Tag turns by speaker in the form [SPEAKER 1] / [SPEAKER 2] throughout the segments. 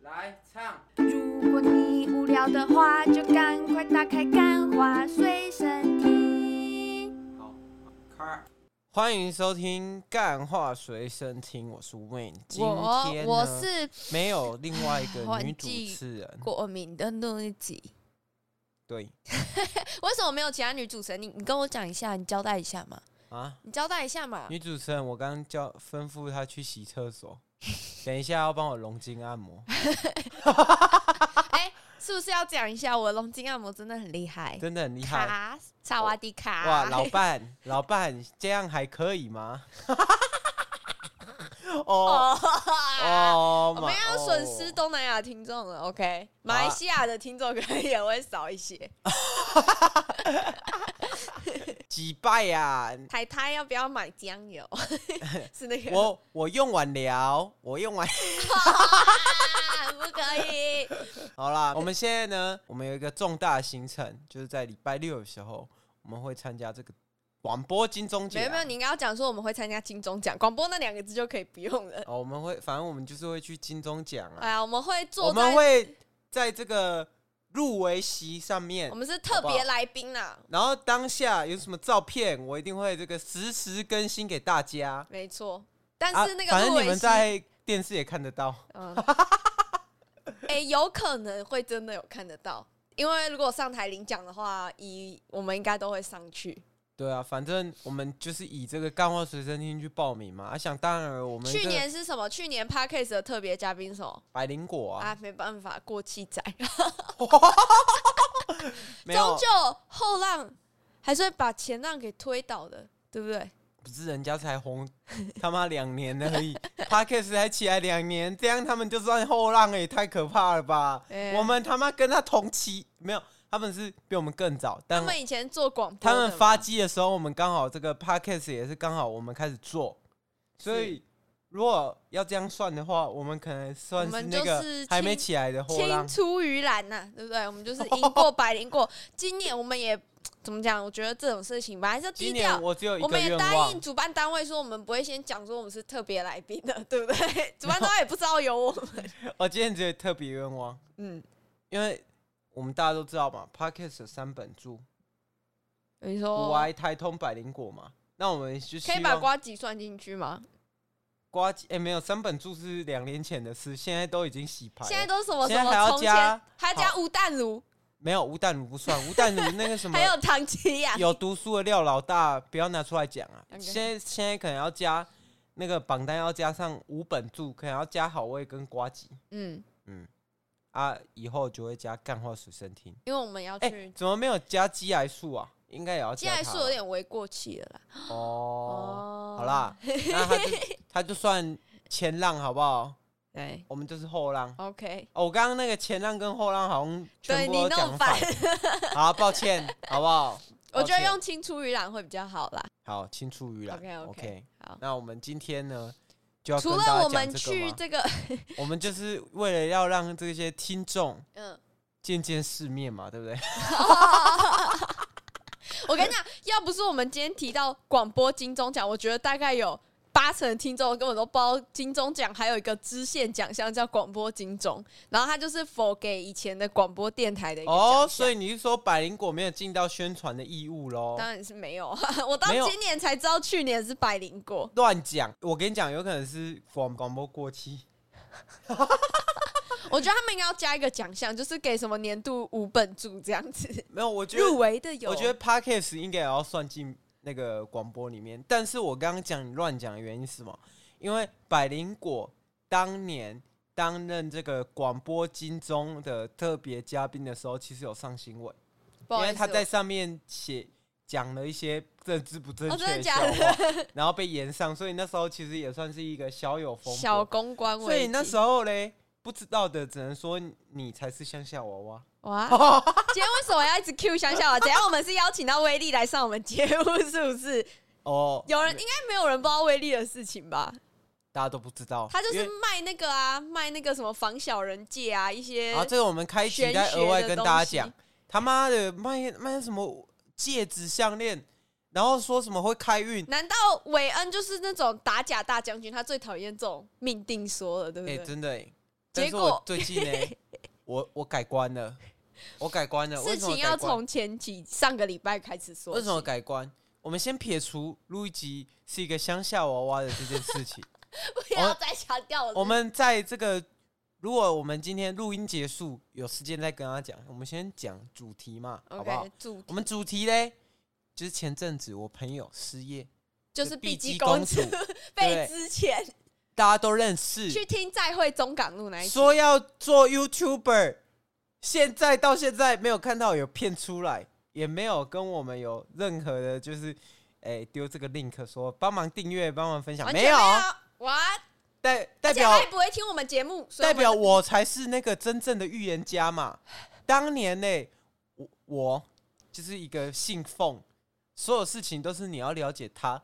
[SPEAKER 1] 来唱。
[SPEAKER 2] 如果你无聊的话，就赶快打开《干花随身听》。
[SPEAKER 1] 好，开。
[SPEAKER 3] 欢迎收听《干话随身听》，我是 Win。今
[SPEAKER 4] 我
[SPEAKER 3] 天呢
[SPEAKER 4] 我是
[SPEAKER 3] 没有另外一个
[SPEAKER 4] 换
[SPEAKER 3] 女主
[SPEAKER 4] 季
[SPEAKER 3] 持人，
[SPEAKER 4] 国民的那一集，
[SPEAKER 3] 对
[SPEAKER 4] 为什么没有其他女主持人？你你跟我讲一下，你交代一下嘛，
[SPEAKER 3] 啊，
[SPEAKER 4] 你交代一 下嘛。
[SPEAKER 3] 女主持人，我刚刚叫吩咐她去洗厕 所，等一下要帮我龙筋按摩，
[SPEAKER 4] 哎、是不是要讲一下？我龙筋按摩真的很厉害，
[SPEAKER 3] 真的很厉害。
[SPEAKER 4] 卡萨瓦迪卡，
[SPEAKER 3] 哇， 老伴，老伴，这样还可以吗？哦
[SPEAKER 4] 哦，
[SPEAKER 3] 哦，
[SPEAKER 4] 我们要损失
[SPEAKER 3] 都
[SPEAKER 4] 东南亚听众了，OK？马
[SPEAKER 3] 啊
[SPEAKER 4] 来西亚的听众可能也会少一些。
[SPEAKER 3] 几拜啊呀！
[SPEAKER 4] 海苔要不要买酱 油？是那个
[SPEAKER 3] 我我用完了，我用完。
[SPEAKER 4] 啊不可 以。
[SPEAKER 3] 好啦，我们现在呢，我们有一个重大的行程，就是在礼拜六的时候，我们会参加这个广播金钟
[SPEAKER 4] 没
[SPEAKER 3] 节、
[SPEAKER 4] 有
[SPEAKER 3] 啊。
[SPEAKER 4] 没有，你应该要讲说我们会参加金钟奖，广播那两个字就可以不用了。
[SPEAKER 3] 哦，我们会，反正我们就是会去金钟奖
[SPEAKER 4] 哎
[SPEAKER 3] 啊。
[SPEAKER 4] 呀，我们会坐
[SPEAKER 3] 我
[SPEAKER 4] 在
[SPEAKER 3] 们会在这个入围席上面
[SPEAKER 4] 我，们是特别来宾啊啦，
[SPEAKER 3] 然后当下有什么照片，我一定会这个实时更新给大家。
[SPEAKER 4] 没错。但是那
[SPEAKER 3] 啊反正
[SPEAKER 4] 个入
[SPEAKER 3] 你
[SPEAKER 4] 围
[SPEAKER 3] 们
[SPEAKER 4] 席，
[SPEAKER 3] 在电视也看得到。
[SPEAKER 4] 嗯，哎、有可能会真的有看得到，因为如果上台领奖的话，一我们应该都会上去。
[SPEAKER 3] 对啊，反正我们就是以这个干货随身听去报名嘛。啊，想当然了，我们
[SPEAKER 4] 去
[SPEAKER 3] 这个
[SPEAKER 4] 年是什么？去年 p a r k a s 的特别嘉宾是什么？
[SPEAKER 3] 百灵果啊，
[SPEAKER 4] 啊，没办法，过气仔，
[SPEAKER 3] 没有
[SPEAKER 4] 终究后浪还是会把前浪给推倒的，对不对？
[SPEAKER 3] 不是人家才红 他妈两年而已 p a r k e s 才起来两年，这样他们就算后浪欸了也太可怕了吧？
[SPEAKER 4] 哎
[SPEAKER 3] 我们他妈跟他同期，没有，他们是比我们更早，
[SPEAKER 4] 他
[SPEAKER 3] 但
[SPEAKER 4] 们以前做广播，
[SPEAKER 3] 他们发，机的时候，我们刚好这个 p a r k e s 也是刚好我们开始做，所以如果要这样算的话，我们可能算
[SPEAKER 4] 我
[SPEAKER 3] 是
[SPEAKER 4] 们
[SPEAKER 3] 那
[SPEAKER 4] 就
[SPEAKER 3] 个
[SPEAKER 4] 是
[SPEAKER 3] 还没起来的后
[SPEAKER 4] 青
[SPEAKER 3] 浪。
[SPEAKER 4] 出于蓝呐、对不对？我们就是赢 过百灵过，今年我们也怎么讲？我觉得这种事情吧，还是低
[SPEAKER 3] 今
[SPEAKER 4] 调
[SPEAKER 3] 年。我只有一
[SPEAKER 4] 我
[SPEAKER 3] 个
[SPEAKER 4] 们也
[SPEAKER 3] 愿
[SPEAKER 4] 答
[SPEAKER 3] 望
[SPEAKER 4] 应，主办单位说，我们不会先讲说我们是特别来宾的，对不对？ 主办单位也不知道有我们。
[SPEAKER 3] 我今天只有特别愿望，
[SPEAKER 4] 嗯，
[SPEAKER 3] 因为我们大家都知道嘛 p a r k e s 三本柱。
[SPEAKER 4] 你
[SPEAKER 3] 古
[SPEAKER 4] 说
[SPEAKER 3] 埃、台通、百灵果嘛。那我们就希
[SPEAKER 4] 哦可以
[SPEAKER 3] 望
[SPEAKER 4] 把瓜吉算进去吗？
[SPEAKER 3] 瓜哎、诶没有三本柱是两年前的事，现在都已经洗牌了。
[SPEAKER 4] 现在都是什么
[SPEAKER 3] 现在
[SPEAKER 4] 什么
[SPEAKER 3] 还要
[SPEAKER 4] 从
[SPEAKER 3] 加
[SPEAKER 4] 前，还要加
[SPEAKER 3] 好
[SPEAKER 4] 吴淡如，
[SPEAKER 3] 没有吴淡如不算，吴淡如那个什么
[SPEAKER 4] 还有唐奇雅，
[SPEAKER 3] 有读书的廖老大不要拿出来讲啊。
[SPEAKER 4] OK
[SPEAKER 3] 现在现在可能要加那个榜单要加上五本柱，可能要加好味跟瓜吉
[SPEAKER 4] 嗯，
[SPEAKER 3] 啊，以后就会加干话随身听。
[SPEAKER 4] 因为我们要
[SPEAKER 3] 哎、
[SPEAKER 4] 去。
[SPEAKER 3] 怎么没有加鸡癌素啊？应该也要
[SPEAKER 4] 现
[SPEAKER 3] 加
[SPEAKER 4] 在
[SPEAKER 3] 它
[SPEAKER 4] 是有点为过气了啦。
[SPEAKER 3] 哦。
[SPEAKER 4] 哦
[SPEAKER 3] 好，啦，那他就他就算前浪好不好？
[SPEAKER 4] 对
[SPEAKER 3] 我们就是后浪。
[SPEAKER 4] ，OK，
[SPEAKER 3] 哦，我刚刚那个前浪跟后浪好像全
[SPEAKER 4] 对
[SPEAKER 3] 部
[SPEAKER 4] 你
[SPEAKER 3] 都
[SPEAKER 4] 弄
[SPEAKER 3] 讲
[SPEAKER 4] 反
[SPEAKER 3] 反，， 好，抱歉，好不好？
[SPEAKER 4] 我觉
[SPEAKER 3] 抱
[SPEAKER 4] 得
[SPEAKER 3] 歉
[SPEAKER 4] 用青出于蓝会比较好啦。
[SPEAKER 3] 好青出于蓝。
[SPEAKER 4] OK，OK，好
[SPEAKER 3] 那我们今天呢，就要
[SPEAKER 4] 除
[SPEAKER 3] 跟
[SPEAKER 4] 了
[SPEAKER 3] 大家
[SPEAKER 4] 我
[SPEAKER 3] 讲
[SPEAKER 4] 们
[SPEAKER 3] 这个
[SPEAKER 4] 去
[SPEAKER 3] 吗
[SPEAKER 4] 这个，
[SPEAKER 3] 我们就是为了要让这些听众
[SPEAKER 4] 嗯，
[SPEAKER 3] 见见世面嘛，对不对？
[SPEAKER 4] 我跟你讲，要不是我们今天提到广播金钟奖，我觉得大概有八成的听众根本都不知道金钟奖还有一个支线奖项叫广播金钟，然后它就是否给以前的广播电台的一个
[SPEAKER 3] 哦，
[SPEAKER 4] 奖项
[SPEAKER 3] 所以你是说百灵果没有尽到宣传的义务喽？
[SPEAKER 4] 当然是没有， 我到
[SPEAKER 3] 没有
[SPEAKER 4] 今年才知道去年是百灵果。
[SPEAKER 3] 乱讲，我跟你讲，有可能是广广播过期。
[SPEAKER 4] 我觉得他们应该要加一个奖项，就是给什么年度五本柱这样 子，
[SPEAKER 3] 没有，我觉得
[SPEAKER 4] 入围的有。
[SPEAKER 3] 我觉得 podcast 应该也要算进那个广播里面，但是我刚刚讲你乱讲的原因是什么？因为百灵果当年担任这个广播金钟的特别嘉宾的时候，其实有上新闻，
[SPEAKER 4] 不
[SPEAKER 3] 因
[SPEAKER 4] 好意
[SPEAKER 3] 为
[SPEAKER 4] 思
[SPEAKER 3] 他在上面写讲了一些政治不正
[SPEAKER 4] 哦
[SPEAKER 3] 确
[SPEAKER 4] 真的
[SPEAKER 3] 笑
[SPEAKER 4] 假
[SPEAKER 3] 话，
[SPEAKER 4] 的
[SPEAKER 3] 然后被延上，所以那时候其实也算是一个小有风
[SPEAKER 4] 小
[SPEAKER 3] 波。
[SPEAKER 4] 公关危机，
[SPEAKER 3] 所以那时候嘞，不知道的只能说你才是乡下娃娃。
[SPEAKER 4] 哇， 今天为什么要一直 Q 想想啊？怎样？我们是邀请到威力来上我们节目，是不是？
[SPEAKER 3] 哦，
[SPEAKER 4] 有人应该没有人不知道威力的事情吧？
[SPEAKER 3] 大家都不知道，
[SPEAKER 4] 他就
[SPEAKER 3] 哦因为
[SPEAKER 4] 是卖那个啊，卖那个什么防小人戒啊，一些
[SPEAKER 3] 然后这个我们开启
[SPEAKER 4] 玄
[SPEAKER 3] 再
[SPEAKER 4] 学
[SPEAKER 3] 额外
[SPEAKER 4] 的
[SPEAKER 3] 跟
[SPEAKER 4] 东
[SPEAKER 3] 大家
[SPEAKER 4] 西
[SPEAKER 3] 讲，他妈的卖卖什么戒指项链，然后说什么会开运，哎
[SPEAKER 4] 难道韦恩就是那种打假大将军？他最讨厌这种命定说了，对不
[SPEAKER 3] 哎、
[SPEAKER 4] 对？
[SPEAKER 3] 真的、欸，但
[SPEAKER 4] 结
[SPEAKER 3] 是我
[SPEAKER 4] 果
[SPEAKER 3] 最近呢， 我我改观了，我改观了。为
[SPEAKER 4] 事
[SPEAKER 3] 什么
[SPEAKER 4] 情
[SPEAKER 3] 改
[SPEAKER 4] 要
[SPEAKER 3] 观
[SPEAKER 4] 从前几上个礼拜开始说起。
[SPEAKER 3] 为什么改观？我们先撇除路易吉是一个乡下娃娃的这件事 情，
[SPEAKER 4] 不要再强调了？
[SPEAKER 3] 我们在这个如果我们今天录音结束有时间再跟他讲，我们先讲主题嘛好不好
[SPEAKER 4] OK？主
[SPEAKER 3] 我们主题嘞，就是前阵子我朋友失业，
[SPEAKER 4] 就是
[SPEAKER 3] 碧
[SPEAKER 4] 碧
[SPEAKER 3] 姬
[SPEAKER 4] 姬
[SPEAKER 3] 公
[SPEAKER 4] 公
[SPEAKER 3] 主
[SPEAKER 4] 主 被之前
[SPEAKER 3] 大家都认
[SPEAKER 4] 去
[SPEAKER 3] 识，
[SPEAKER 4] 听再会中港路那一集，
[SPEAKER 3] 说要做 YouTuber，现在到现在没有看到有片出来，也没有跟我们有任何的，就是哎丢、这个 link 说帮忙订阅、帮忙分享，
[SPEAKER 4] 完全
[SPEAKER 3] 没有，
[SPEAKER 4] 哇！
[SPEAKER 3] 代代
[SPEAKER 4] 而且
[SPEAKER 3] 表
[SPEAKER 4] 他也不会听我们节目，所以
[SPEAKER 3] 代
[SPEAKER 4] 我们
[SPEAKER 3] 表我才是那个真正的预言家嘛。当年呢、我我就是一个信奉，所有事情都是你要了解他，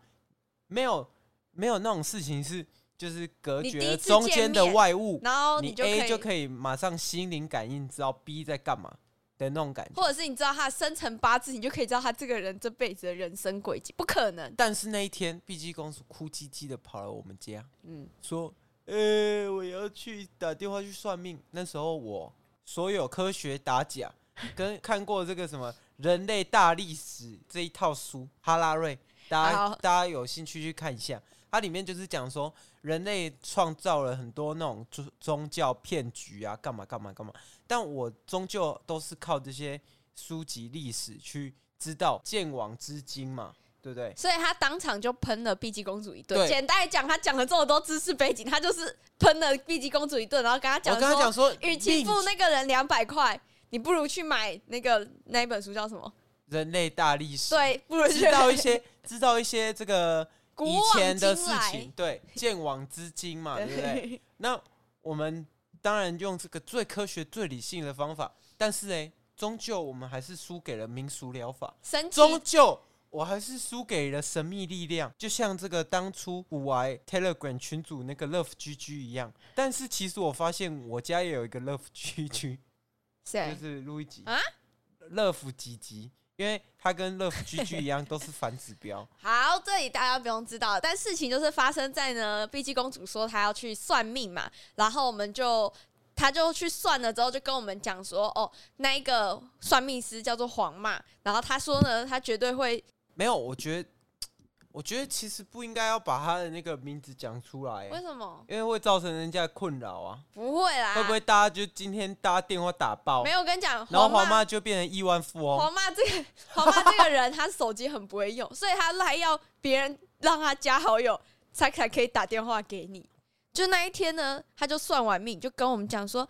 [SPEAKER 3] 没有没有那种事情是就是隔
[SPEAKER 4] 你
[SPEAKER 3] 绝
[SPEAKER 4] 第一
[SPEAKER 3] 了
[SPEAKER 4] 次
[SPEAKER 3] 中间的
[SPEAKER 4] 见面
[SPEAKER 3] 外物，
[SPEAKER 4] 然后你
[SPEAKER 3] 你
[SPEAKER 4] 就可
[SPEAKER 3] A
[SPEAKER 4] 以，
[SPEAKER 3] 就可以马上心灵感应知道 B 在干嘛的那种感觉。
[SPEAKER 4] 或者是你知道他的生辰八字，你就可以知道他这个人这辈子的人生轨迹，不可能。
[SPEAKER 3] 但是那一天，碧姬公主哭唧唧的跑来我们家，
[SPEAKER 4] 嗯，
[SPEAKER 3] 说：“呃、我要去打电话去算命。”那时候我所有科学打假， 跟看过这个什么《人类大历史》这一套书，哈拉瑞，大家
[SPEAKER 4] 好
[SPEAKER 3] 大家有兴趣去看一下。它里面就是讲说，人类创造了很多那种宗宗教骗局啊，干嘛干嘛干嘛。但我终究都是靠这些书籍历史去知道见往知今嘛，对不对？
[SPEAKER 4] 所以他当场就喷了碧姬公主一顿。
[SPEAKER 3] 对
[SPEAKER 4] 简单来讲，他讲了这么多知识背景，他就是喷了碧姬公主一顿，然后跟他
[SPEAKER 3] 我
[SPEAKER 4] 讲
[SPEAKER 3] 跟他
[SPEAKER 4] 说
[SPEAKER 3] 讲，说，
[SPEAKER 4] 与其
[SPEAKER 3] 命
[SPEAKER 4] 付那个人两百块，你不如去买那个那一本书叫什么？
[SPEAKER 3] 人类大历史，
[SPEAKER 4] 对，不如去
[SPEAKER 3] 知道一些 知道一些这个
[SPEAKER 4] 古
[SPEAKER 3] 以
[SPEAKER 4] 往
[SPEAKER 3] 前的
[SPEAKER 4] 今
[SPEAKER 3] 事
[SPEAKER 4] 来
[SPEAKER 3] 情，对，见往知今嘛，对不对？
[SPEAKER 4] 对，
[SPEAKER 3] 那我们当然用这个最科学、最理性的方法，但是呢，终究我们还是输给了民俗疗法，
[SPEAKER 4] 神奇
[SPEAKER 3] 终究。我还是输给了神秘力量，就像这个当初古玩 Telegram 群组那个 Love GG 一样。但是其实我发现我家也有一个 Love GG，就
[SPEAKER 4] 谁？
[SPEAKER 3] 是路易吉
[SPEAKER 4] 啊，
[SPEAKER 3] 乐福吉吉，因为他跟乐福居居一 样都是反指标。
[SPEAKER 4] 好，这里大家不用知道，但事情就是发生在呢，碧姬公主说她要去算命嘛，然后我们就。她就去算了之后，就跟我们讲说，哦，那一个算命师叫做黄嘛，然后他说呢，他绝对会
[SPEAKER 3] 没有，我觉得，我觉得其实不应该要把他的那个名字讲出来，
[SPEAKER 4] 为什么
[SPEAKER 3] 因为会造成人家的困扰啊。
[SPEAKER 4] 不会啦？
[SPEAKER 3] 会不会大家就今天大家电话打爆
[SPEAKER 4] 没，有？我跟你讲，
[SPEAKER 3] 然后
[SPEAKER 4] 黄
[SPEAKER 3] 黄妈就变成亿万富翁？
[SPEAKER 4] 黄妈 这个黄妈这个人，她手机很不会用，所以她还要别人让她加好友，才才可以打电话给你。就那一天呢，她就算完命，就跟我们讲说，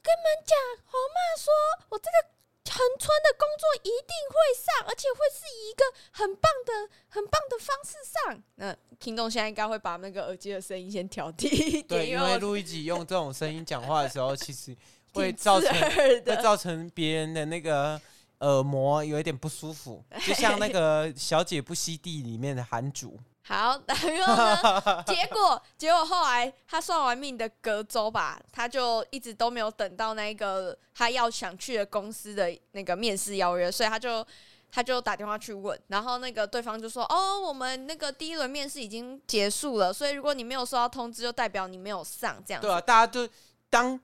[SPEAKER 4] 跟你们讲，黄妈说我这个横村的工作一定会上，而且会是以一个很棒的、很棒的方式上。那听众现在应该会把那个耳机的声音先调低一点，
[SPEAKER 3] 对，因为路易吉用这种声音讲话的时候，其 实会造成
[SPEAKER 4] 成
[SPEAKER 3] 会
[SPEAKER 4] 的。
[SPEAKER 3] 造成别人的那个耳膜有一点不舒服，就像那个《小姐不吸地》里面的韩主。
[SPEAKER 4] 好， 然后呢？结果，结果后来他算完命的隔周吧，他就一直都没有等到那个他要想去的公司的那个面试邀约，所以他就他就打电话去问，然后那个对方就说：“哦，我们那个第一轮面试已经结束了，所以如果你没有收到通知，就代表你没有上。”这样子
[SPEAKER 3] 对啊，大家就当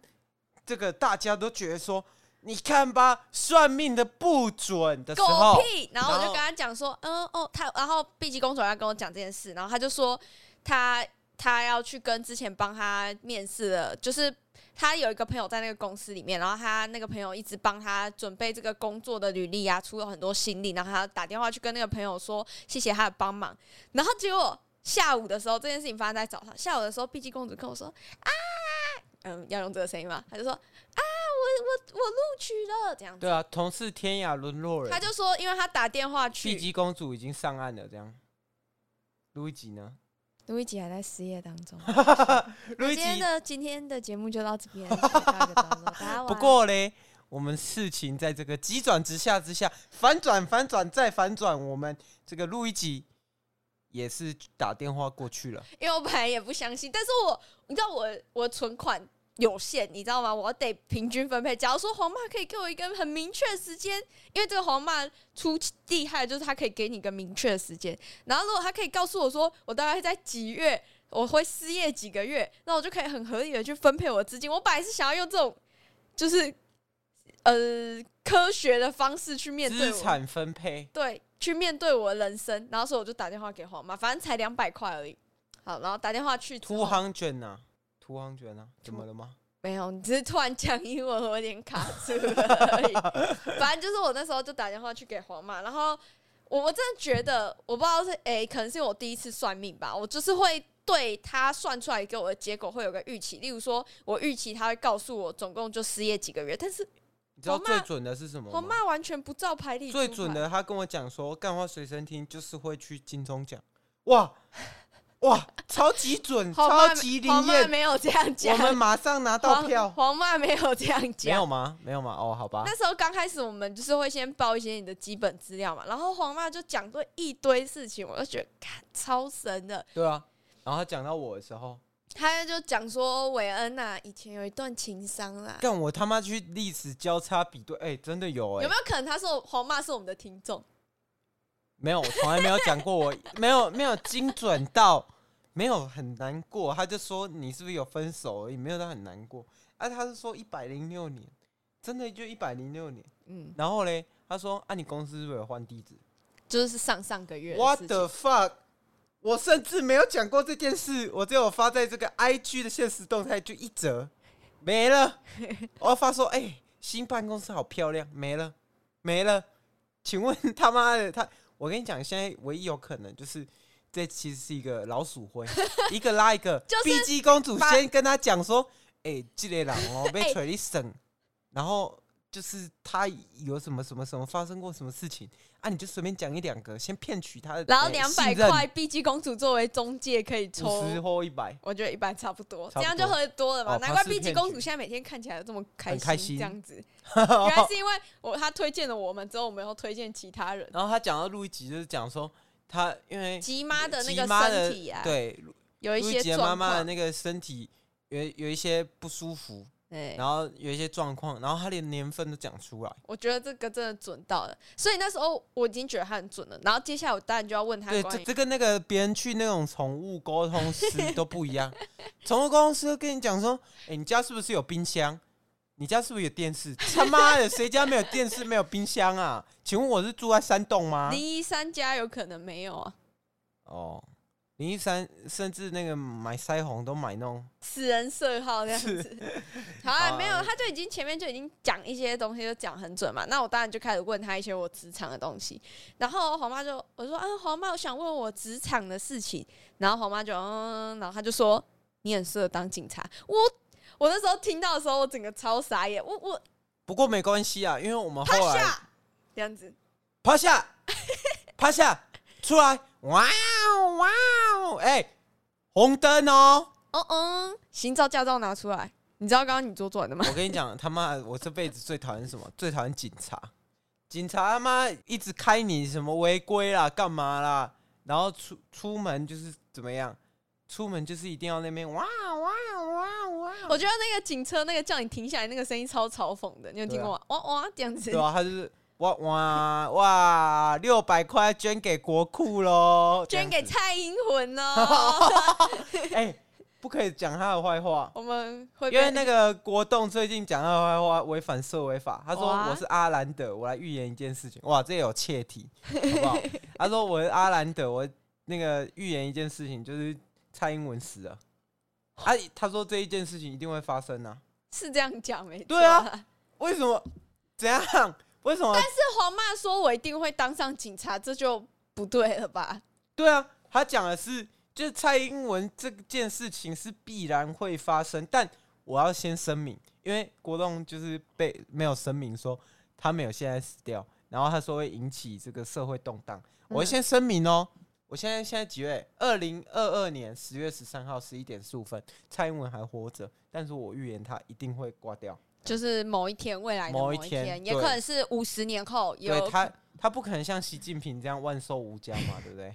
[SPEAKER 3] 这个大家都觉得说，你看吧，算命的不准的时
[SPEAKER 4] 狗
[SPEAKER 3] 候，
[SPEAKER 4] 屁！然后我就
[SPEAKER 3] 然后
[SPEAKER 4] 跟他讲说，嗯哦，他然后碧姬公主要跟我讲这件事，然后他就说他他要去跟之前帮他面试的，就是他有一个朋友在那个公司里面，然后他那个朋友一直帮他准备这个工作的履历啊，出了很多心力，然后他打电话去跟那个朋友说谢谢他的帮忙，然后结果。下午的时候，这件事情发生在早上。下午的时候，碧姬公主跟我说：“啊，嗯，要用这个声音吗？”她就说：“啊，我我我录取了。”这样子。
[SPEAKER 3] 对啊，同是天涯沦落人。
[SPEAKER 4] 他就说，因为他打电话
[SPEAKER 3] 碧
[SPEAKER 4] 去，
[SPEAKER 3] 姬公主已经上岸了，这样。路易吉呢？
[SPEAKER 4] 卢一吉还在失业当中。
[SPEAKER 3] 路易
[SPEAKER 4] 今天
[SPEAKER 3] 吉
[SPEAKER 4] 的今天的节目就到这边，告一个段落大家晚安
[SPEAKER 3] 不过嘞，我们事情在这个急转直下之下，反转、反转再反转，我们这个路易吉也是打电话过去了。
[SPEAKER 4] 因为我本来也不相信，但是我你知道我我存款有限，你知道吗？我得平均分配。假如说黄妈可以给我一个很明确的时间，因为这个黄妈出厉害，就是她可以给你一个明确的时间。然后如果她可以告诉我说，我大概在几月我会失业几个月，那我就可以很合理的去分配我的资金。我本来是想要用这种就是呃科学的方式去面对
[SPEAKER 3] 资
[SPEAKER 4] 我，
[SPEAKER 3] 产分配，
[SPEAKER 4] 对，去面对我的人生。然后所以我就打电话给黄妈，反正才两百块而已。好，然后打电话去之
[SPEAKER 3] 土
[SPEAKER 4] 后，
[SPEAKER 3] 行卷呐，土行卷呐，怎么了吗？
[SPEAKER 4] 没有，你只是突然讲英文，我有点卡住了而已。反正就是我那时候就打电话去给黄妈，然后我我真的觉得，我不知道是诶、可能是因为我第一次算命吧，我就是会对他算出来给我的结果会有个预期。例如说，我预期他会告诉我总共就失业几个月，但是
[SPEAKER 3] 你知道
[SPEAKER 4] 我
[SPEAKER 3] 最
[SPEAKER 4] 妈
[SPEAKER 3] 准的是什么
[SPEAKER 4] 我
[SPEAKER 3] 吗？
[SPEAKER 4] 妈完全不照牌理出牌，
[SPEAKER 3] 最准的，他跟我讲说，干话随身听就是会去金钟奖，哇哇，超级准，
[SPEAKER 4] 黄妈
[SPEAKER 3] 超级灵
[SPEAKER 4] 黄妈
[SPEAKER 3] 验，
[SPEAKER 4] 没有这样讲，
[SPEAKER 3] 我们马上拿到票
[SPEAKER 4] 黄，黄妈没有这样
[SPEAKER 3] 没
[SPEAKER 4] 讲
[SPEAKER 3] 有。吗？没有吗？哦，好吧，
[SPEAKER 4] 那时候刚开始，我们就是会先报一些你的基本资料嘛，然后黄妈就讲对一堆事情，我就觉得看超神的。
[SPEAKER 3] 对啊。然后他讲到我的时候，
[SPEAKER 4] 她就讲说韦恩呐、以前有一段情啊伤啦，
[SPEAKER 3] 干我他妈去历史交叉比对，哎、真的有哎、
[SPEAKER 4] 有没有可能她是我黄妈是我们的听众？
[SPEAKER 3] 没有，我从来没有讲过我，没有没有精准到，没有很难过。他就说你是不是有分手而已，没有到很难过。啊，他是说一百零六年，真的就一百零六年。
[SPEAKER 4] 嗯，
[SPEAKER 3] 然后嘞，他说啊，你公司是不是有换地址
[SPEAKER 4] 就是上上个月的
[SPEAKER 3] ？What
[SPEAKER 4] 事情。
[SPEAKER 3] the fuck！我甚至没有讲过这件事，我只有发在这个 IG 的现实动态，就一折没了。我发说，哎、新办公室好漂亮，没了，没了。请问他妈的他，我跟你讲，现在唯一有可能就是这其实是一个老鼠灰，一个拉一个。
[SPEAKER 4] 就是
[SPEAKER 3] 碧姬公主
[SPEAKER 4] 把
[SPEAKER 3] 先跟他讲说，哎、这个人哦被
[SPEAKER 4] 哎
[SPEAKER 3] 锤一省，然后就是他有什么什么什么发生过什么事情啊，你就随便讲一两个，先骗取他的
[SPEAKER 4] 然后
[SPEAKER 3] 哎
[SPEAKER 4] 两百
[SPEAKER 3] 信任
[SPEAKER 4] 块 B G 公主作为中介可以抽，
[SPEAKER 3] 五十或一百，
[SPEAKER 4] 我觉得一百差不多，
[SPEAKER 3] 差不多
[SPEAKER 4] 这样就喝多了嘛。
[SPEAKER 3] 哦
[SPEAKER 4] 难
[SPEAKER 3] 庞
[SPEAKER 4] 怪
[SPEAKER 3] 氏
[SPEAKER 4] B 级
[SPEAKER 3] 骗
[SPEAKER 4] 公
[SPEAKER 3] 局
[SPEAKER 4] 主现在每天看起来这么开
[SPEAKER 3] 很
[SPEAKER 4] 心，
[SPEAKER 3] 开心
[SPEAKER 4] 这样子。
[SPEAKER 3] 哦
[SPEAKER 4] 原来是因为我他推荐了我们之后，我们又推荐其他人。
[SPEAKER 3] 然后他讲到路易吉，就是讲说他因为
[SPEAKER 4] 吉妈的那
[SPEAKER 3] 吉
[SPEAKER 4] 个
[SPEAKER 3] 妈的
[SPEAKER 4] 身体啊，
[SPEAKER 3] 对
[SPEAKER 4] 有一
[SPEAKER 3] 路易
[SPEAKER 4] 些
[SPEAKER 3] 吉的妈
[SPEAKER 4] 状
[SPEAKER 3] 妈的
[SPEAKER 4] 况，
[SPEAKER 3] 那个身体有有一些不舒服，
[SPEAKER 4] 对，
[SPEAKER 3] 然后有一些状况，然后他连年份都讲出来。
[SPEAKER 4] 我觉得这个真的准到了。所以那时候我已经觉得他很准了，然后接下来我当然就要问他
[SPEAKER 3] 对，
[SPEAKER 4] 关
[SPEAKER 3] 这
[SPEAKER 4] 于
[SPEAKER 3] 这跟那个别人去那种宠物沟通师都不一样。宠物沟通师跟你讲说：“哎、你家是不是有冰箱？你家是不是有电视？他妈的，谁家没有电视、没有冰箱啊？请问我是住在山洞吗
[SPEAKER 4] 零一三家有可能没有啊，？”
[SPEAKER 3] 哦，林一山甚至那个买腮红都买那种
[SPEAKER 4] 死人色号这样子。 好啊，
[SPEAKER 3] 好啊
[SPEAKER 4] 没有，他就已经前面就已经讲一些东西，就讲很准嘛。那我当然就开始问他一些我职场的东西。然后黄妈就我就说啊，黄妈，我想问我职场的事情。然后黄妈就嗯，然后他就说你很适合当警察。我我那时候听到的时候，我整个超傻眼，我我
[SPEAKER 3] 不过没关系啊，因为我们
[SPEAKER 4] 趴
[SPEAKER 3] 后来
[SPEAKER 4] 下这样子。
[SPEAKER 3] 趴下，趴下，出来，哇哦哇哦，哎、红灯哦！
[SPEAKER 4] 嗯嗯，行照驾照拿出来。你知道刚刚你做做完的吗？
[SPEAKER 3] 我跟你讲，他妈的，我这辈子最讨厌什么？最讨厌警察，警察他妈一直开你什么违规啦，干嘛啦？然后出出门就是怎么样？出门就是一定要那边哇哇哇哇，
[SPEAKER 4] 我觉得那个警车那个叫你停下来那个声音超嘲讽的，你有听过吗？哇哇这样子。
[SPEAKER 3] 对啊，他就是哇哇哇，六百块捐给国库喽，
[SPEAKER 4] 捐给
[SPEAKER 3] 这样子
[SPEAKER 4] 蔡 英文哦。
[SPEAKER 3] 哎、不可以讲他的坏话，
[SPEAKER 4] 我们会被
[SPEAKER 3] 因为那个国栋最近讲他的坏话，违反社违法。他说
[SPEAKER 4] 哇
[SPEAKER 3] 我是阿兰德，我来预言一件事情。哇，这有切题，好 不好？他说我是阿兰德，我那个预言一件事情，就是蔡英文死了。啊，他说这一件事情一定会发生啊。
[SPEAKER 4] 是这样讲没错。
[SPEAKER 3] 对啊，为什么？怎样？为什么？
[SPEAKER 4] 是黄妈说我一定会当上警察，这就不对了吧？
[SPEAKER 3] 对啊，他讲的是，就是蔡英文这件事情是必然会发生，但我要先声明，因为国栋就是被没有声明说他没有现在死掉，然后他说会引起这个社会动荡。我先声明哦，我现在现在几月？二零二二年十月十三号十一点十五分，蔡英文还活着，但是我预言他一定会挂掉。
[SPEAKER 4] 就是某一天，未来的
[SPEAKER 3] 某
[SPEAKER 4] 某
[SPEAKER 3] 一
[SPEAKER 4] 一
[SPEAKER 3] 天
[SPEAKER 4] 也
[SPEAKER 3] 对
[SPEAKER 4] 可能是五十年后，也
[SPEAKER 3] 对
[SPEAKER 4] 有
[SPEAKER 3] 他，他不可能像习近平这样万寿无疆嘛，对不 对？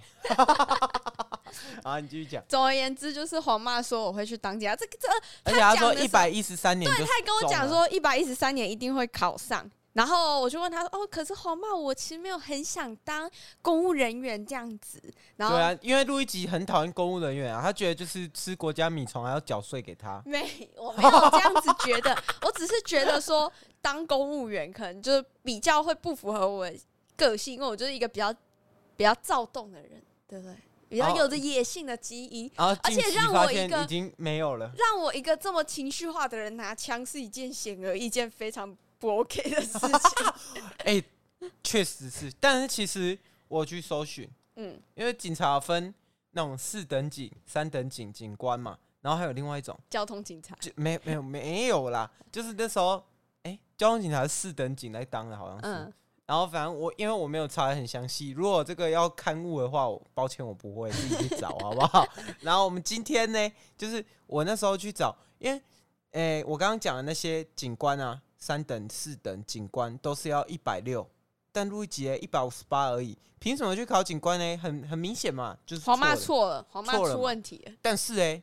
[SPEAKER 3] 啊，你继续讲。
[SPEAKER 4] 总而言之，就是黄妈说我会去当警察，这个这
[SPEAKER 3] 而且他说
[SPEAKER 4] 讲的
[SPEAKER 3] 一
[SPEAKER 4] 是
[SPEAKER 3] 百一十三年就
[SPEAKER 4] 他还跟我
[SPEAKER 3] 中
[SPEAKER 4] 讲
[SPEAKER 3] 了，
[SPEAKER 4] 说一百一十三年一定会考上，然后我就问他说：“哦，可是黄茂，我其实没有很想当公务人员这样子。”然后
[SPEAKER 3] 对啊，因为路易吉很讨厌公务人员啊，他觉得就是吃国家米虫还要缴税给 他。
[SPEAKER 4] 没，我没有这样子觉得， 我只是觉得说当公务员可能就是比较会不符合我的个性，因为我就是一个比较比较躁动的人，对不对？比较
[SPEAKER 3] 哦
[SPEAKER 4] 有着野性的基因，
[SPEAKER 3] 然后
[SPEAKER 4] 而
[SPEAKER 3] 近
[SPEAKER 4] 且
[SPEAKER 3] 期
[SPEAKER 4] 让我
[SPEAKER 3] 发
[SPEAKER 4] 一
[SPEAKER 3] 现
[SPEAKER 4] 个
[SPEAKER 3] 已经没有了。
[SPEAKER 4] 让我一个这么情绪化的人拿枪是一件显而易见非常不 OK 的事 情。
[SPEAKER 3] 哎、确实是，但是其实我去搜寻，
[SPEAKER 4] 嗯，
[SPEAKER 3] 因为警察分那种四等警、三等警警官嘛，然后还有另外一种，
[SPEAKER 4] 交通警察，
[SPEAKER 3] 就没没有没有啦，就是那时候，哎、交通警察是四等警来当的，好像是。
[SPEAKER 4] 嗯，
[SPEAKER 3] 然后反正我因为我没有查的很详细，如果这个要刊物的话，我抱歉我不会自己去找，好不好？ 然后我们今天呢，就是我那时候去找，因为诶、我刚刚讲的那些警官啊，三等、四等警官都是要一百六，但路易吉一百五十八而已，凭什么去考警官呢？很很明显嘛，就是
[SPEAKER 4] 黄妈
[SPEAKER 3] 的。
[SPEAKER 4] 错了，黄妈
[SPEAKER 3] 错了
[SPEAKER 4] 出
[SPEAKER 3] 嘛
[SPEAKER 4] 问题了，
[SPEAKER 3] 但是哎、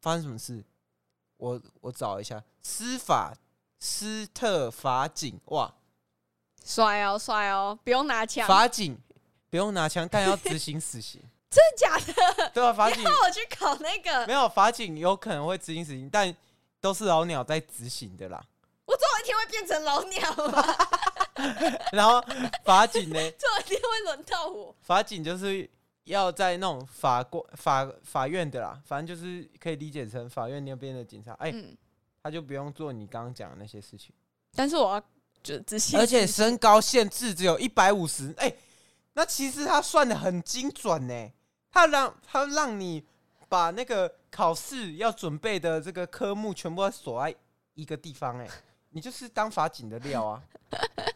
[SPEAKER 3] 发生什么事？我我找一下，司法斯特法警哇，
[SPEAKER 4] 帅哦帅哦，不用拿枪，
[SPEAKER 3] 法警不用拿枪，但要执行死 刑，
[SPEAKER 4] 真的假的？
[SPEAKER 3] 对啊，法警
[SPEAKER 4] 那我去考那个，
[SPEAKER 3] 没有法警有可能会执行死刑，但都是老鸟在执行的啦。
[SPEAKER 4] 我总有一天会变成老鸟吧，
[SPEAKER 3] 然后法警 呢，
[SPEAKER 4] 总有一天会轮到我。
[SPEAKER 3] 法警就是要在那种法官法法院的啦，反正就是可以理解成法院那边的警察，哎、
[SPEAKER 4] 嗯，
[SPEAKER 3] 他就不用做你刚刚讲的那些事情。
[SPEAKER 4] 但是我要就仔细，
[SPEAKER 3] 而且身高限制只有一百五十，哎，那其实他算的很精准呢、他让他让你把那个考试要准备的这个科目全部都锁在一个地方、哎，你就是当法警的料啊，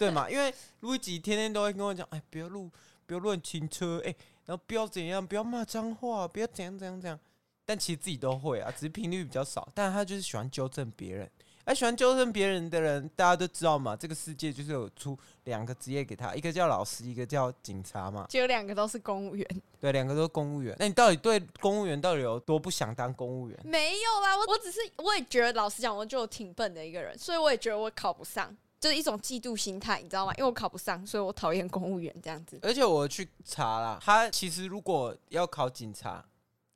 [SPEAKER 3] 对嘛？因为路易吉天天都会跟我讲，哎，不要录，不要乱停车，哎、然后不要怎样，不要骂脏话，不要怎样怎样怎样。但其实自己都会啊，只是频率比较少。但他就是喜欢纠正别人，而喜欢纠正别人的人，大家都知道嘛，这个世界就是有出两个职业给他，一个叫老师，一个叫警察嘛。
[SPEAKER 4] 就有两个都是公务员，
[SPEAKER 3] 对，两个都是公务员。那你到底对公务员到底有多不想当公务员？
[SPEAKER 4] 没有啦，我我只是我也觉得，老实讲，我就挺笨的一个人，所以我也觉得我考不上，就是一种嫉妒心态，你知道吗？因为我考不上，所以我讨厌公务员这样子。
[SPEAKER 3] 而且我去查啦，他其实如果要考警察，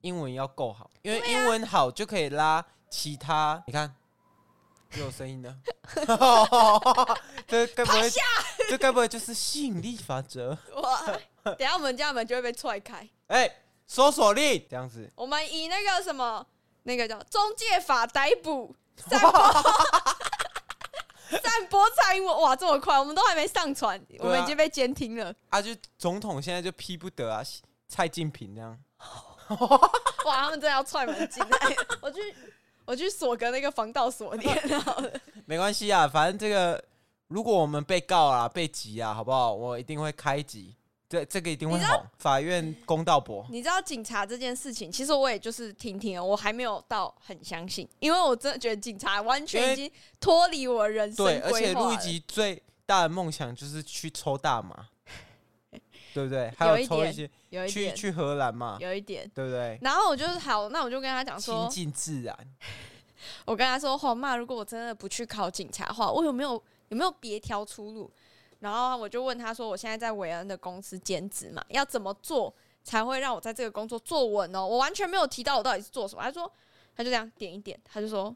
[SPEAKER 3] 英文要够好，因为英文好就可以拉其他。你看，又有声音呢，这该不会这该不会就是吸引力法则？
[SPEAKER 4] 哇，等一下我们家门就会被踹开。
[SPEAKER 3] 哎、搜索令这样子，
[SPEAKER 4] 我们以那个什么，那个叫中介法逮捕散播 散播蔡英文，哇，这么快，我们都还没上传，我们已经被监听了。
[SPEAKER 3] 啊，就总统现在就批不得啊，蔡近平这样。
[SPEAKER 4] 哇，他们真的要踹门进来， 我去。我去锁个那个防盗锁链好 了，
[SPEAKER 3] 没关系啊，反正这个如果我们被告啊、被急啊，好不好？我一定会开集，这这个一定会
[SPEAKER 4] 你知道
[SPEAKER 3] 红。法院公道博，
[SPEAKER 4] 你知道警察这件事情，其实我也就是听听了，我还没有到很相信，因为我真的觉得警察完全已经脱离我人生
[SPEAKER 3] 对，而且
[SPEAKER 4] 规划
[SPEAKER 3] 陆一
[SPEAKER 4] 了
[SPEAKER 3] 吉最大的梦想就是去抽大 麻，对不对？还
[SPEAKER 4] 有一
[SPEAKER 3] 抽
[SPEAKER 4] 点
[SPEAKER 3] 些
[SPEAKER 4] 有一
[SPEAKER 3] 去
[SPEAKER 4] 点，
[SPEAKER 3] 去荷兰嘛，
[SPEAKER 4] 有一点。
[SPEAKER 3] 对不对？
[SPEAKER 4] 然后我就是好，那我就跟他讲
[SPEAKER 3] 亲
[SPEAKER 4] 说，
[SPEAKER 3] 近自然，
[SPEAKER 4] 我跟他说：“黄妈，如果我真的不去考警察的话，我有没有有没有别条出路？”然后我就问他说：“我现在在韦恩的公司兼职嘛，要怎么做才会让我在这个工作坐稳哦？”我完全没有提到我到底是做什么。他说：“他就这样点一点，他就说：‘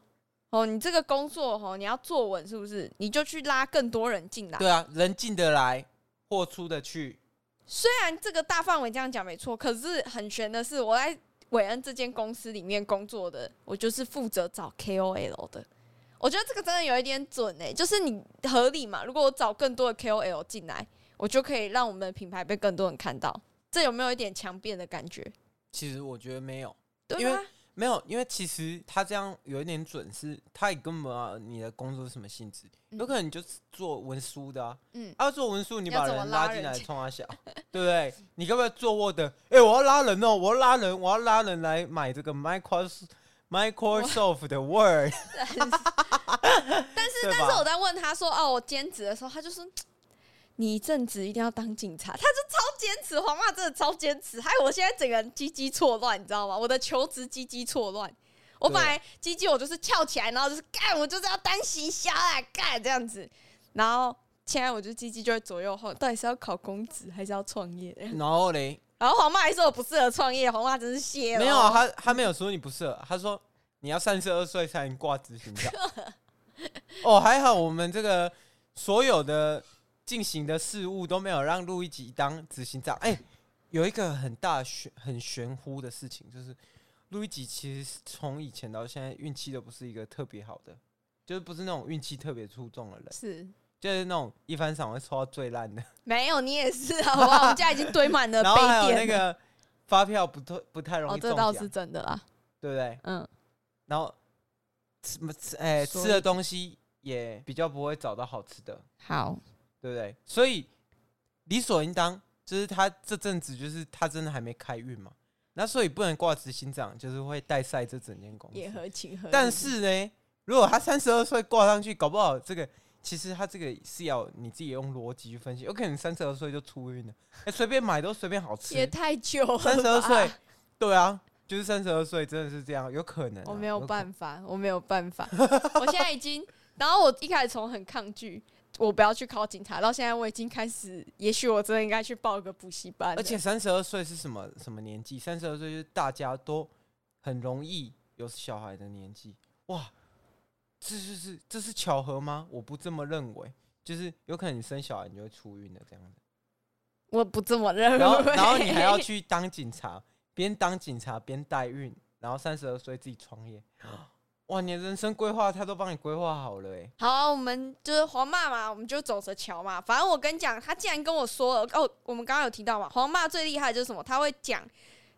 [SPEAKER 4] 哦，你这个工作哦，你要坐稳是不是？你就去拉更多人进来。’
[SPEAKER 3] 对啊，人进得来，货出得去，
[SPEAKER 4] 虽然这个大范围这样讲没错，可是很悬的是，我在韦恩这间公司里面工作的，我就是负责找 KOL 的。我觉得这个真的有一点准诶、就是你合理嘛？如果我找更多的 KOL 进来，我就可以让我们的品牌被更多人看到。这有没有一点强辩的感觉？
[SPEAKER 3] 其实我觉得没有。
[SPEAKER 4] 对啊
[SPEAKER 3] 因为
[SPEAKER 4] 吗？
[SPEAKER 3] 没有，因为其实他这样有一点准是，他也根本、啊、你的工作是什么性质，
[SPEAKER 4] 嗯
[SPEAKER 3] 有可能你就是做文书的啊，
[SPEAKER 4] 嗯
[SPEAKER 3] 啊做文书你
[SPEAKER 4] 要
[SPEAKER 3] 把
[SPEAKER 4] 怎么
[SPEAKER 3] 人拉
[SPEAKER 4] 拉
[SPEAKER 3] 进
[SPEAKER 4] 人
[SPEAKER 3] 来
[SPEAKER 4] 进
[SPEAKER 3] 冲他小，对不对？你该不要做 Word？哎、诶我要拉人哦，我要拉人，我要拉人来买这个 Microsoft Microsoft 的 Word，
[SPEAKER 4] 但是，
[SPEAKER 3] 对吧
[SPEAKER 4] 但是我在问他说：“哦，我兼职的时候，他就说嘖你一阵子一定要当警察。”他就超坚持，黄妈真的超坚持，害我现在整个人鸡鸡错乱，你知道吗？我的求职鸡鸡错乱。我
[SPEAKER 3] 对
[SPEAKER 4] 本来鸡鸡我就是翘起来，然后就是干，我就是要当行销啊，干这样子。然后现在我就积极就会左右后，到底是要考公职还是要创业？
[SPEAKER 3] 然后嘞，
[SPEAKER 4] 然后黄妈还说我不适合创业，黄妈真是谢了。
[SPEAKER 3] 没有啊，他他没有说你不适合，他说你要三十二岁才能挂执行 长。哦，还好我们这个所有的进行的事务都没有让路易吉当执行长。哎、有一个很大玄很玄乎的事情，就是路易吉其实从以前到现在运气都不是一个特别好的，就是不是那种运气特别出众的人，
[SPEAKER 4] 是
[SPEAKER 3] 就是那种一番赏会抽到最烂的。
[SPEAKER 4] 没有，你也是，好不好？我们家已经堆满 了
[SPEAKER 3] 然后还
[SPEAKER 4] 杯
[SPEAKER 3] 有那
[SPEAKER 4] 垫。
[SPEAKER 3] 个发票不特不太容
[SPEAKER 4] 哦，
[SPEAKER 3] 易中
[SPEAKER 4] 这
[SPEAKER 3] 奖，
[SPEAKER 4] 倒是真的啦。
[SPEAKER 3] 对不对？
[SPEAKER 4] 嗯，
[SPEAKER 3] 然后吃吃哎、
[SPEAKER 4] 所以
[SPEAKER 3] 吃的东西也比较不会找到好吃的，
[SPEAKER 4] 好，
[SPEAKER 3] 对不对？所以理所应当就是他这阵子就是他真的还没开运嘛，那所以不能挂执行长，就是会带赛这整间公
[SPEAKER 4] 也
[SPEAKER 3] 司。
[SPEAKER 4] 合情合理。
[SPEAKER 3] 但是呢，如果他三十二岁挂上去，搞不好这个。其实他这个是要你自己用逻辑去分析，有可能三十二岁就出运了，哎、随便买都随便好吃，
[SPEAKER 4] 也太久了，
[SPEAKER 3] 三十二岁，，对啊，就是三十二岁，真的是这样，有可能啊、
[SPEAKER 4] 我没有
[SPEAKER 3] 法。
[SPEAKER 4] 办法，我没有办法， 我现在已经，然后我一开始从很抗拒，我不要去考警察，到现在我已经开始，也许我真的应该去报个补习班了，
[SPEAKER 3] 而且三十二岁是什么什么年纪？三十二岁就是大家都很容易有小孩的年纪。哇，这是是这是巧合吗？我不这么认为，就是有可能你生小孩你就会出运的这样 子。
[SPEAKER 4] 我不这么认为，
[SPEAKER 3] 然后然后你还要去当警察，边当警察边代孕，然后三十二岁自己创业。哇，你的人生规划他都帮你规划好了哎、
[SPEAKER 4] 好啊，我们就是黄妈嘛，我们就走着瞧嘛。反正我跟你讲，他既然跟我说了，哦，我们刚刚有提到嘛，黄妈最厉害的就是什么？他会讲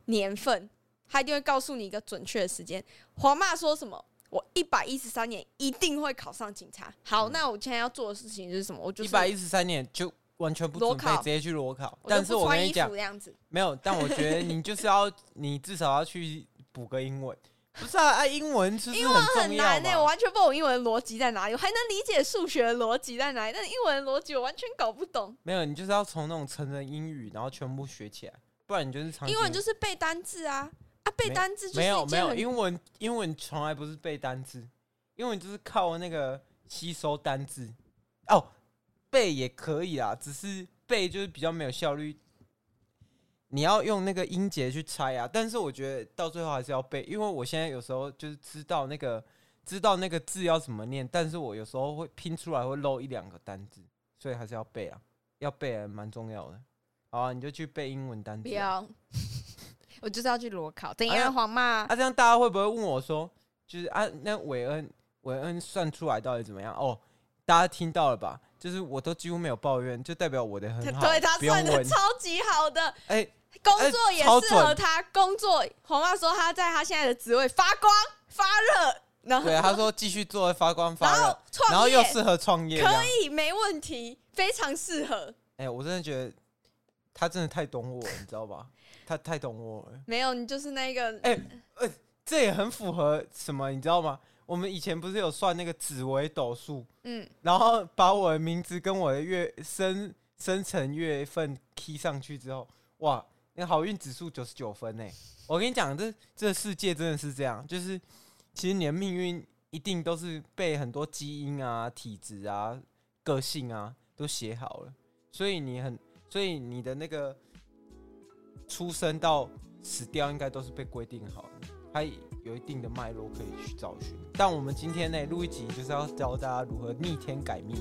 [SPEAKER 4] 年份，他一定会告诉你一个准确的时间。黄妈说什么？我一百一十三年一定会考上警察。好，
[SPEAKER 3] 嗯
[SPEAKER 4] 那我现在要做的事情就是什么？我就
[SPEAKER 3] 一
[SPEAKER 4] 是
[SPEAKER 3] 百一十三年就完全不准备
[SPEAKER 4] 裸，考
[SPEAKER 3] 直接去裸考。
[SPEAKER 4] 我就
[SPEAKER 3] 但是
[SPEAKER 4] 不
[SPEAKER 3] 我跟
[SPEAKER 4] 穿
[SPEAKER 3] 你
[SPEAKER 4] 衣
[SPEAKER 3] 讲
[SPEAKER 4] 服，这样子。
[SPEAKER 3] 没有，但我觉得你就是要，你至少要去补个英 文。不是啊，啊英文就是很重
[SPEAKER 4] 很
[SPEAKER 3] 要
[SPEAKER 4] 难欸呢、
[SPEAKER 3] 嘛。
[SPEAKER 4] 我完全不懂英文的逻辑在哪里，我还能理解数学的逻辑在哪里，但英文的逻辑我完全搞不懂。
[SPEAKER 3] 没有，你就是要从那种成人英语，然后全部学起来，不然你啊就是常
[SPEAKER 4] 英文就是背单字啊啊，背
[SPEAKER 3] 没
[SPEAKER 4] 单字就是
[SPEAKER 3] 没有
[SPEAKER 4] 一
[SPEAKER 3] 没
[SPEAKER 4] 件
[SPEAKER 3] 有
[SPEAKER 4] 很
[SPEAKER 3] 英文，英文从来不是背单字，英文就是靠那个吸收单字。哦，背也可以啦，只是背就是比较没有效率。你要用那个音节去猜啊，但是我觉得到最后还是要背，因为我现在有时候就是知道那个知道那个字要怎么念，但是我有时候会拼出来会漏一两个单字，所以还是要背啊，要背还蛮重要的。好啊，你就去背英文单
[SPEAKER 4] 不
[SPEAKER 3] 字啊、
[SPEAKER 4] 要， 我就是要去裸考。等一
[SPEAKER 3] 哎
[SPEAKER 4] 下，
[SPEAKER 3] 呀
[SPEAKER 4] 黄妈
[SPEAKER 3] 啊，这样大家会不会问我说，就是啊，那韦恩韦恩算出来到底怎么样？哦，大家听到了吧？就是我都几乎没有抱怨，就代表我的很好，
[SPEAKER 4] 对他
[SPEAKER 3] 不用
[SPEAKER 4] 算的
[SPEAKER 3] 问。
[SPEAKER 4] 超级好的，
[SPEAKER 3] 哎、
[SPEAKER 4] 工
[SPEAKER 3] 哎
[SPEAKER 4] 作也
[SPEAKER 3] 超
[SPEAKER 4] 适合
[SPEAKER 3] 准
[SPEAKER 4] 他。工作，黄妈说他在他现在的职位发光发热，然后
[SPEAKER 3] 对，他说继续做发光发
[SPEAKER 4] 然
[SPEAKER 3] 热
[SPEAKER 4] 后，创业，
[SPEAKER 3] 然后又适合创业，
[SPEAKER 4] 可
[SPEAKER 3] 以。
[SPEAKER 4] 以没问题，非常适合。
[SPEAKER 3] 哎、我真的觉得他真的太懂我了，你知道吧？ 他太懂我了。
[SPEAKER 4] 没有，你就是那个嗯
[SPEAKER 3] 哎、呃，这也很符合什么，你知道吗？我们以前不是有算那个紫微斗数，
[SPEAKER 4] 嗯，
[SPEAKER 3] 然后把我的名字跟我的月生生辰月份 key 上去之后，哇，那个好运指数九十九分呢！我跟你讲，这这世界真的是这样，就是其实你的命运一定都是被很多基因啊、体质啊、个性啊都写好了，所以你很，所以你的那个出生到死掉应该都是被规定好的。它有一定的脉络可以去找寻。但我们今天呢录一集，就是要教大家如何逆天改命，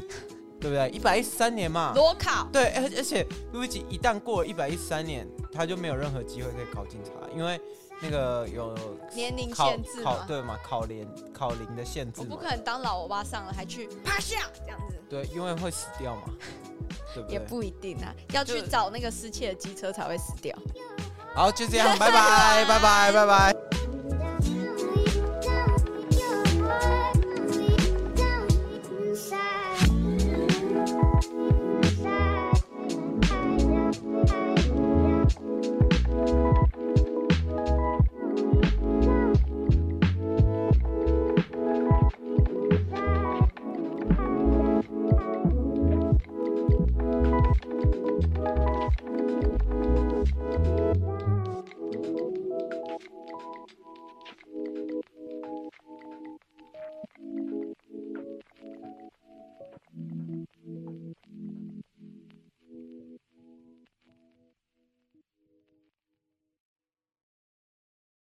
[SPEAKER 3] 对不对？一百一十三年嘛，
[SPEAKER 4] 裸考，
[SPEAKER 3] 对，而而且录一集一旦过了一百一十三年，他就没有任何机会可以考警察，因为那个有
[SPEAKER 4] 年龄
[SPEAKER 3] 考
[SPEAKER 4] 限制
[SPEAKER 3] 考
[SPEAKER 4] 嘛。
[SPEAKER 3] 对嘛，考龄考龄的限制
[SPEAKER 4] 我不
[SPEAKER 3] 嘛，
[SPEAKER 4] 可能当老欧巴上了还去趴下这样子，
[SPEAKER 3] 对，因为会死掉嘛，对不
[SPEAKER 4] 也
[SPEAKER 3] 对？
[SPEAKER 4] 不一定啊。要去
[SPEAKER 3] 就
[SPEAKER 4] 找那个失窃的机车才会死掉。
[SPEAKER 3] 好，就这样，拜拜，拜拜，拜拜。